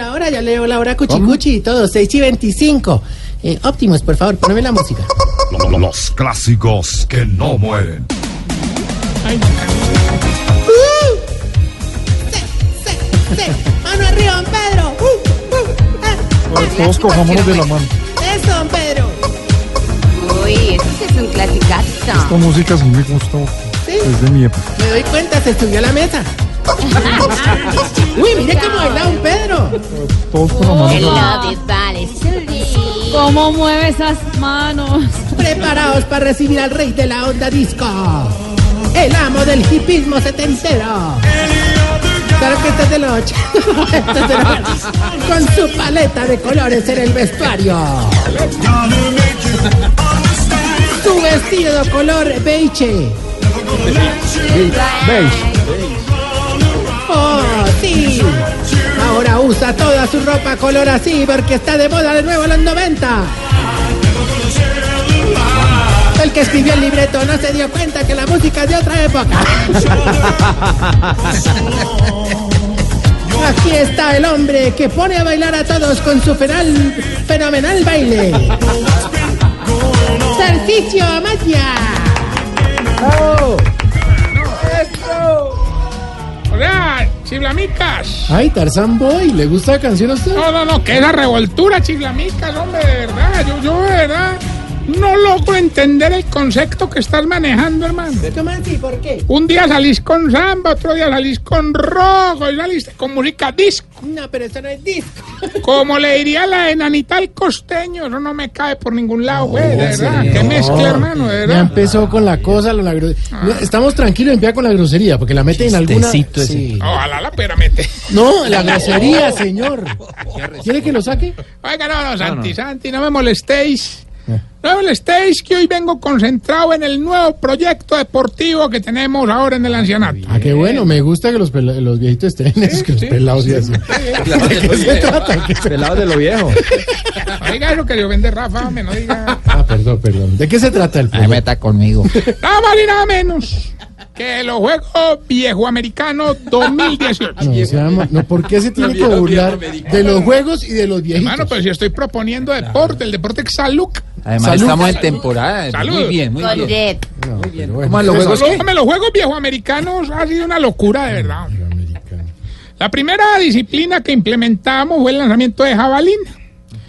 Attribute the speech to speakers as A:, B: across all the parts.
A: La hora, ya leo la hora cuchicuchi y todo, 6 y 25. Eh, Optimus, por favor, ponme la música.
B: Lo- lo- Los clásicos que no mueren.
A: ¡Mano arriba, don Pedro! Uh, eh.
C: Todos cojámonos de la mano.
A: ¡Eso, don Pedro!
D: Uy, eso sí es un clasicazo.
C: Esta música sí me gusta. Es
A: pues,
C: de mi época.
A: Me doy cuenta, se subió a la mesa. ¡Uy, mire cómo baila don Pedro!
C: Todos con la mano. en la mano.
D: Love it, vale, sorry.
E: ¿Cómo mueve esas manos?
A: Preparaos para recibir al rey de la onda disco. El amo del hipismo setentero. Claro que este es de los 80, este es de los- Con su paleta de colores en el vestuario. Su vestido color beige.
C: Beige.
A: Oh, sí. Ahora usa toda su ropa color así porque está de moda de nuevo en los 90. El que escribió el libreto no se dio cuenta que la música es de otra época. Aquí está el hombre que pone a bailar a todos con su fenal- fenomenal baile. Tarcicio Amaya.
F: Hola, chiflamicas.
A: Ay, Tarzan Boy, ¿le gusta la canción a usted?
F: No, no, no, que es la revoltura, chiflamicas, hombre, de verdad. Yo, yo, de verdad, no logro entender el concepto que estás manejando, hermano.
A: ¿Cómo así? ¿Por qué?
F: Un día salís con samba, otro día salís con rojo, y saliste con música disco.
A: No, pero eso no es disco.
F: Como le diría la enanita al costeño, eso no me cae por ningún lado, güey, de verdad. Qué mezcla, hermano, de
A: Ya
F: verdad.
A: empezó con la cosa, lo- la gru-
F: Ah.
A: No, Estamos tranquilos, empieza con la grosería, porque la mete en alguna. Sí.
F: Ojalá la pera mete.
A: No, la grosería, señor. ¿Quiere que lo saque?
F: Oiga, no, no, Santi, Santi, no me molestéis.
G: Eh.
F: No me molestéis que hoy vengo concentrado en el nuevo proyecto deportivo que tenemos ahora en el ancianato.
A: Ah, qué bueno, me gusta que los, pela- los viejitos estén en esos que los pelados y así. ¿De qué se trata? ¿Qué se-
C: Pelado de lo viejo.
F: Oiga, eso que yo vende Rafa, me no diga.
A: Ah, perdón, perdón. ¿De qué se trata el
G: Ay,
A: proyecto?
G: meta conmigo.
F: Nada más y nada menos que los Juegos Viejo Americano 2018.
A: No, se llama- no, ¿por qué se tiene que burlar de los juegos y de los viejitos?
F: Hermano, pues yo estoy proponiendo deporte, el deporte que salud.
G: Además,
A: Salud.
G: estamos en temporada.
F: Salud.
G: Muy bien, muy bien.
D: Correcto.
A: No, pero bueno.
G: ¿Cómo van los juegos?
F: Los,
G: ¿Qué?
F: Pues hombre, los Juegos Viejo Americanos ha sido una locura, de verdad. La primera disciplina que implementamos fue el lanzamiento de jabalina.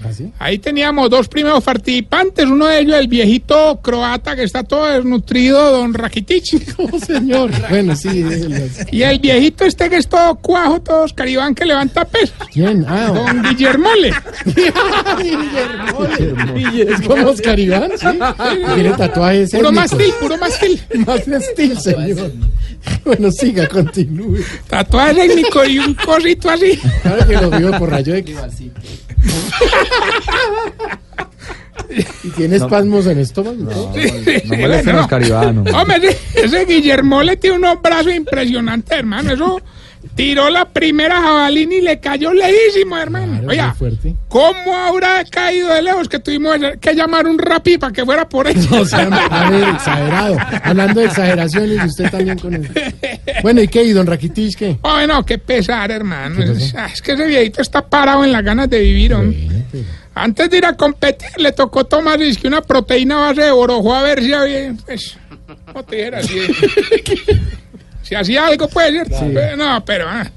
A: ¿Ah, sí?
F: Ahí teníamos dos primeros participantes, uno de ellos el viejito croata que está todo desnutrido, don Rakitic,
A: Oh, señor. Bueno, sí. es el-
F: y el viejito este que es todo cuajo, todo caribán que levanta pesas,
A: ¿Quién? Ah,
F: don Guillermole.
A: es como Oscar Iván, ¿sí? Tiene tatuajes.
F: Puro
A: étnicos.
F: mástil, puro mástil.
A: Más de estilo, señor. Bueno, siga, continúe.
F: Tatuaje técnico y un cosito así.
A: Claro que lo vio por rayo X. Y tiene espasmos en el estómago. ¿no?
G: No molesten los caribanos.
F: Hombre, ese, ese Guillermole tiene unos brazos impresionantes, hermano. Eso tiró la primera jabalina y le cayó lejísimo, hermano.
A: Claro,
F: Oiga,
A: muy fuerte.
F: ¿cómo habrá caído de lejos que tuvimos que llamar un rapi para que fuera por eso?
A: O sea, a ver, exagerado. Hablando de exageraciones, y usted también con eso. Bueno, ¿y qué? ¿Y don Rakitic qué?
F: Oh, no, qué pesar, hermano. Es, ah, es que ese viejito está parado en las ganas de vivir, hombre. Antes de ir a competir, le tocó tomar es que una proteína base de borojo a ver si había. Pues, ¿cómo te dijera? Si, si hacía algo, puede ser. Pero no, pero. ah,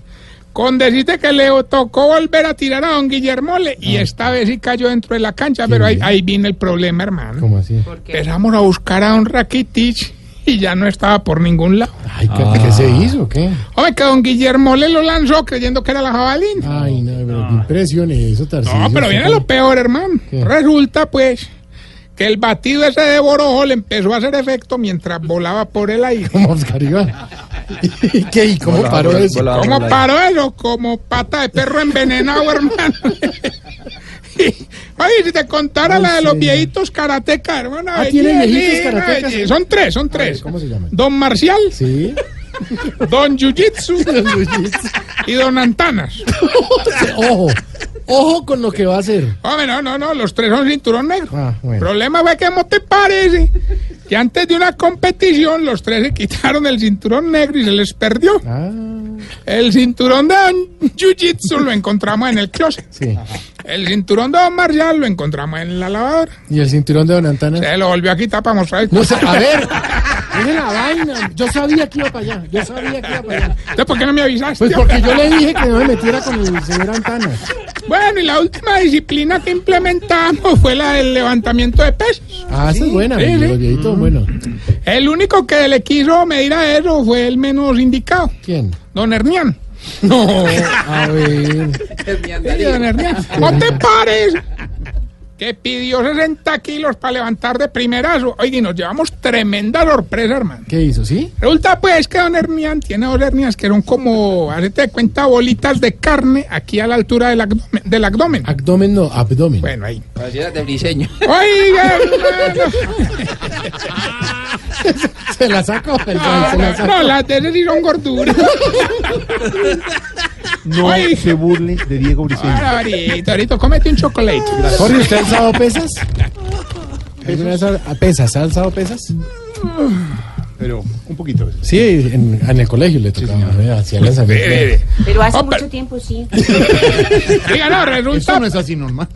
F: con decirte que le tocó volver a tirar a don Guillermole y esta vez sí cayó dentro de la cancha, pero ahí, ahí vino el problema, hermano.
A: ¿Cómo así?
F: Empezamos a buscar a don Rakitic y ya no estaba por ningún lado.
A: Ay, ¿qué, qué se
F: Ah.
A: hizo? ¿Qué?
F: Hombre, que don Guillermo le lo lanzó creyendo que era la jabalina.
A: Ay, no, pero qué impresiones eso, Tarcillo.
F: No, pero viene lo peor, hermano.
A: ¿Qué?
F: Resulta, pues, que el batido ese de Borojo le empezó a hacer efecto mientras volaba por el aire.
A: Como Oscar Iván. ¿Y qué? ¿Y cómo paró eso?
F: ¿Cómo paró eso? Como pata de perro envenenado, hermano. Oye, si te contara
A: Ay,
F: la de los
A: señor.
F: viejitos karatecas, hermano.
A: Ah, ¿tienen
F: belleza,
A: viejitos karatecas?
F: belleza. Son tres, son
A: ver,
F: tres.
A: ¿cómo se llaman?
F: Don Marcial,
A: Sí.
F: Don Jiu-Jitsu y Don Antanas.
A: ojo, ojo con lo que va a hacer.
F: Hombre, no, no, no, los tres son cinturón negro.
A: Ah,
F: El
A: bueno.
F: problema fue que no te parece que antes de una competición los tres se quitaron el cinturón negro y se les perdió.
A: Ah,
F: El cinturón de Don Jiu-Jitsu lo encontramos en el closet.
A: sí.
F: El cinturón de Don Marcial lo encontramos en la lavadora.
A: ¿Y el cinturón de Don Antana?
F: Se lo volvió a quitar para mostrar el
A: No
F: culo.
A: sé, a ver. Mire la vaina. Yo sabía que iba para allá. Yo sabía que iba para allá.
F: Entonces, ¿por qué no me avisaste?
A: Pues porque yo le dije que no me metiera con el señor Antana.
F: Bueno, y la última disciplina que implementamos fue la del levantamiento de pesos.
A: Ah, esa es buena. mi los
H: Mm.
A: viejitos, bueno.
F: El único que le quiso medir a eso fue el menos indicado,
A: ¿Quién?
F: don Hernán. No.
A: A ver.
F: Sí, don Hernán. ¿No te pares? Que pidió 60 kilos para levantar de primerazo. Oye, y nos llevamos tremenda sorpresa, hermano.
A: ¿Qué hizo? ¿Sí?
F: Resulta pues que don Hernán tiene dos hernias que son como, hazte de cuenta, bolitas de carne aquí a la altura del abdomen. Del abdomen.
A: Abdomen no, abdomen.
F: Bueno, ahí.
G: Pareciera de briseño.
F: Oiga, hermano.
A: Se la sacó. el- se
H: Ah,
A: la
F: Ah, No,
A: sacó.
F: no, las de ese sí son gorduras.
H: No
F: Ay.
H: se burle de Diego Briseño.
F: Ahora, ahorita, ahorita, cómete un chocolate.
A: Jorge, ¿usted ha alzado pesas? ¿Alguna vez ha- pesas? ¿Ha alzado pesas?
H: Pero un poquito.
A: Sí, en, en el colegio le tocaba. eh, hacía lanzamiento.
D: Pero hace
F: Oh, pero-
D: mucho tiempo sí.
F: Diga, no, resulta,
H: es así normal.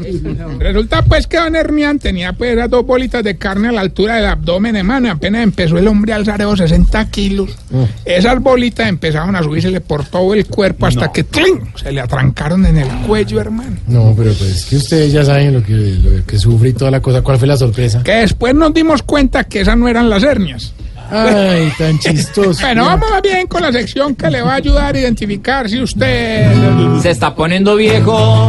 F: resulta pues que Don Hermián tenía pues esas dos bolitas de carne a la altura del abdomen, hermano. y Apenas empezó el hombre a alzar esos 60 kilos. Esas bolitas empezaron a subírsele por todo el cuerpo hasta que ¡tling! se le atrancaron en el cuello, hermano.
A: No, pero pues que ustedes ya saben lo que, lo que sufre y toda la cosa. ¿Cuál fue la sorpresa?
F: Que después nos dimos cuenta que esas no eran las hernias.
A: Ay, tan chistoso.
F: Bueno, vamos más bien con la sección que le va a ayudar a identificar si usted...
G: Se está poniendo viejo.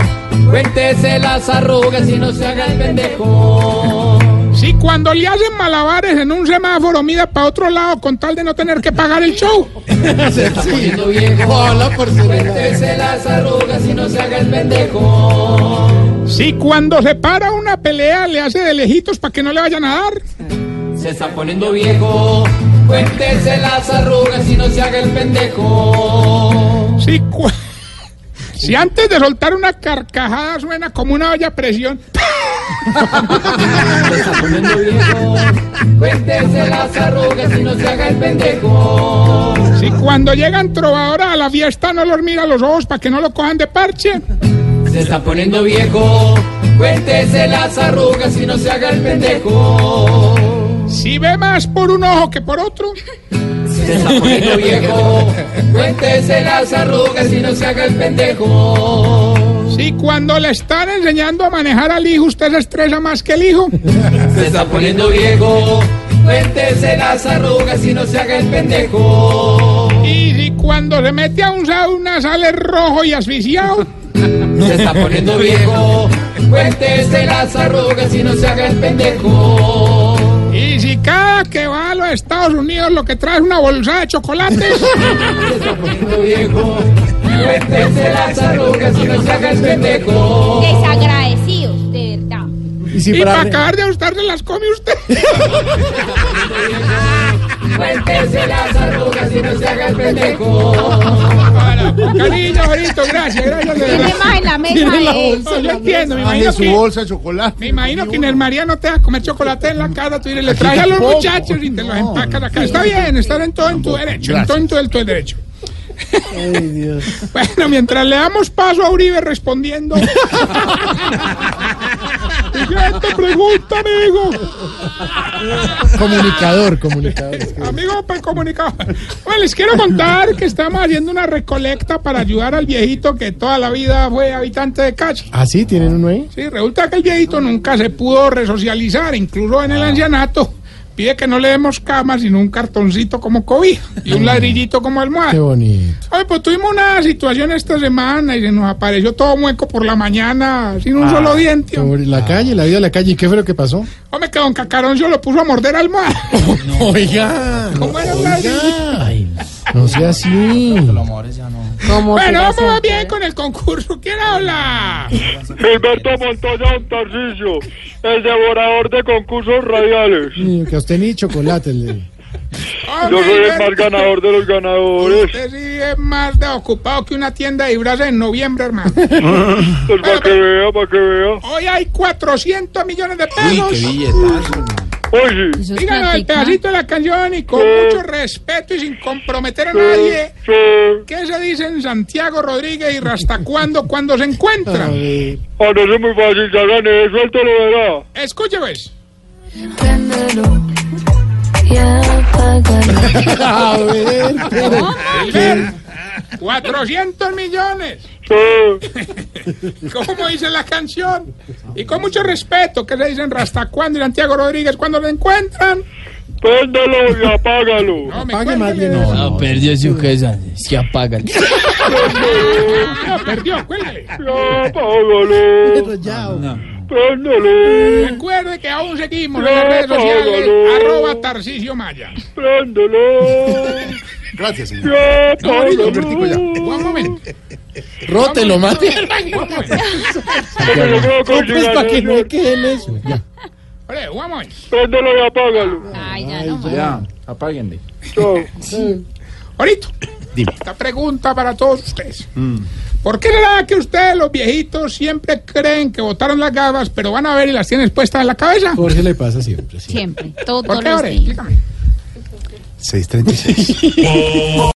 G: Cuéntese las arrugas y no se haga el pendejo.
F: Si cuando le hacen malabares en un semáforo mira para otro lado con tal de no tener que pagar el show.
G: Poniendo viejo.
A: Hola, por ser
G: Cuéntese las arrugas y no se haga el pendejo.
F: Si cuando se para una pelea le hace de lejitos para que no le vayan a dar.
G: Se está poniendo viejo. Cuéntese las arrugas y no se haga el pendejo.
F: Si, cu- si antes de soltar una carcajada suena como una olla a presión.
G: Poniendo viejo. Cuéntese las arrugas y no se haga el pendejo.
F: Si cuando llegan trovadoras a la fiesta no los mira a los ojos para que no lo cojan de parche.
G: Se está poniendo viejo. Cuéntese las arrugas y no se haga el pendejo.
F: Si ve más por un ojo que por otro.
G: Se está poniendo viejo. Cuéntese las arrugas y no se haga el pendejo.
F: Si cuando le están enseñando a manejar al hijo usted se estresa más que el hijo.
G: Se está poniendo viejo. Cuéntese las arrugas y no se haga el pendejo.
F: Y si cuando se mete a un sauna sale rojo y asfixiado.
G: Se está poniendo viejo. Cuéntese las arrugas y no se haga el pendejo.
F: Y si cada que va a los Estados Unidos lo que trae es una bolsa de chocolates.
G: Se está poniendo viejo. Cuéntese las arrugas y no se haga el pendejo.
D: Desagradecidos, de verdad.
A: Y si
F: y para
A: para...
F: acabar de gustar se las come usted.
G: Cuéntese Pues las arrugas y no se haga el pendejo.
F: Ahora, Cariño, bonito, gracias, gracias. de verdad.
D: Tiene más en la mesa de él.
F: No, yo entiendo,
A: Ah,
F: me
H: Baje
F: imagino
H: su
F: que...
H: bolsa de chocolate.
F: Me imagino que en el Mariano te vas a comer chocolate en la casa, tú dices, le traes a los
H: tampoco.
F: muchachos y te
H: No,
F: los empacas acá. Está bien, estar en todo en tu derecho, en todo en tu, en tu derecho.
A: Ay, Dios.
F: Bueno, mientras le damos paso a Uribe respondiendo. Siguiente pregunta, amigo.
A: Comunicador, comunicador. es que-
F: Amigo para el comunicador. Bueno, les quiero contar que estamos haciendo una recolecta para ayudar al viejito que toda la vida fue habitante de calle.
A: ¿Ah, sí? ¿Tienen uno ahí?
F: Sí, resulta que el viejito nunca se pudo resocializar, incluso
A: Ah.
F: en el ancianato. Pide que no le demos cama, sino un cartoncito como cobija y un ladrillito como
A: Ah. Qué
F: almohada.
A: bonito.
F: Ay, pues tuvimos una situación esta semana y se nos apareció todo mueco por la mañana, sin
A: Ah,
F: un solo diente. hombre.
A: Sobre la calle, la vida de la calle. ¿Y qué fue lo que pasó?
F: Hombre, que don Cacarón se lo puso a morder almohada.
A: Oiga.
F: ¿Cómo era la
A: Oiga.
I: No sea así.
F: Bueno, vamos más bien con el concurso. ¿Quién habla?
J: Gilberto Montoya Tarcillo, el devorador de concursos radiales.
I: Ni Que a usted ni chocolate le.
J: Yo soy el más ganador de los ganadores.
F: Ah, Usted sí es más de ocupado que una tienda de disfraces en noviembre, hermano.
J: Pues para que vea, para que vea.
F: Hoy hay 400 millones de pesos.
J: Oye, sí.
F: Díganos el pedacito de la canción y con mucho respeto y sin comprometer a nadie. ¿Qué se dicen Santiago Rodríguez y hasta cuándo cuando se encuentran?
J: Ah, no es muy fácil, ya gané, suéltalo, verá.
F: Escuche, pues.
I: A ver, pero.
F: Albert, 400 millones. ¿Cómo dice la canción? Y con mucho respeto, ¿qué se dicen Rastacuando y Santiago Rodríguez cuando lo encuentran?
J: Préndelo y apágalo.
F: No, me
I: Pague
F: cuelgue,
I: más bien.
F: le-
I: No, no.
K: perdió su casa. Es que apagan.
F: No, Ah, perdió, cuélgale.
J: Ya, apágalo.
I: Pero ya, hombre.
J: Préndelo,
F: Recuerde que aún seguimos en las redes sociales, arroba Tarcisio Maya.
J: préndelo.
H: Gracias, señor.
J: Ya,
H: Mauricio, Albertico, ya.
F: Un
J: apágalo.
F: momento.
I: Rótelo, mate.
J: Porque yo creo que
I: Pues
J: llegará,
I: para que no
J: señor.
I: quede en eso. Ya.
F: Ole, un momento.
J: Préndelo y apágalo.
D: Ay, ya no más.
I: Ya.
K: Apáguenle.
J: Chao.
F: Ahorita, esta pregunta para todos ustedes.
H: Mm.
F: ¿Por qué será que ustedes, los viejitos, siempre creen que botaron las gafas, pero van a ver y las tienen puestas en la cabeza?
I: Jorge le pasa siempre. sí.
D: Siempre, todos
F: ¿Por qué,
D: los
F: ahora?
D: días.
F: Explícame.
H: 636.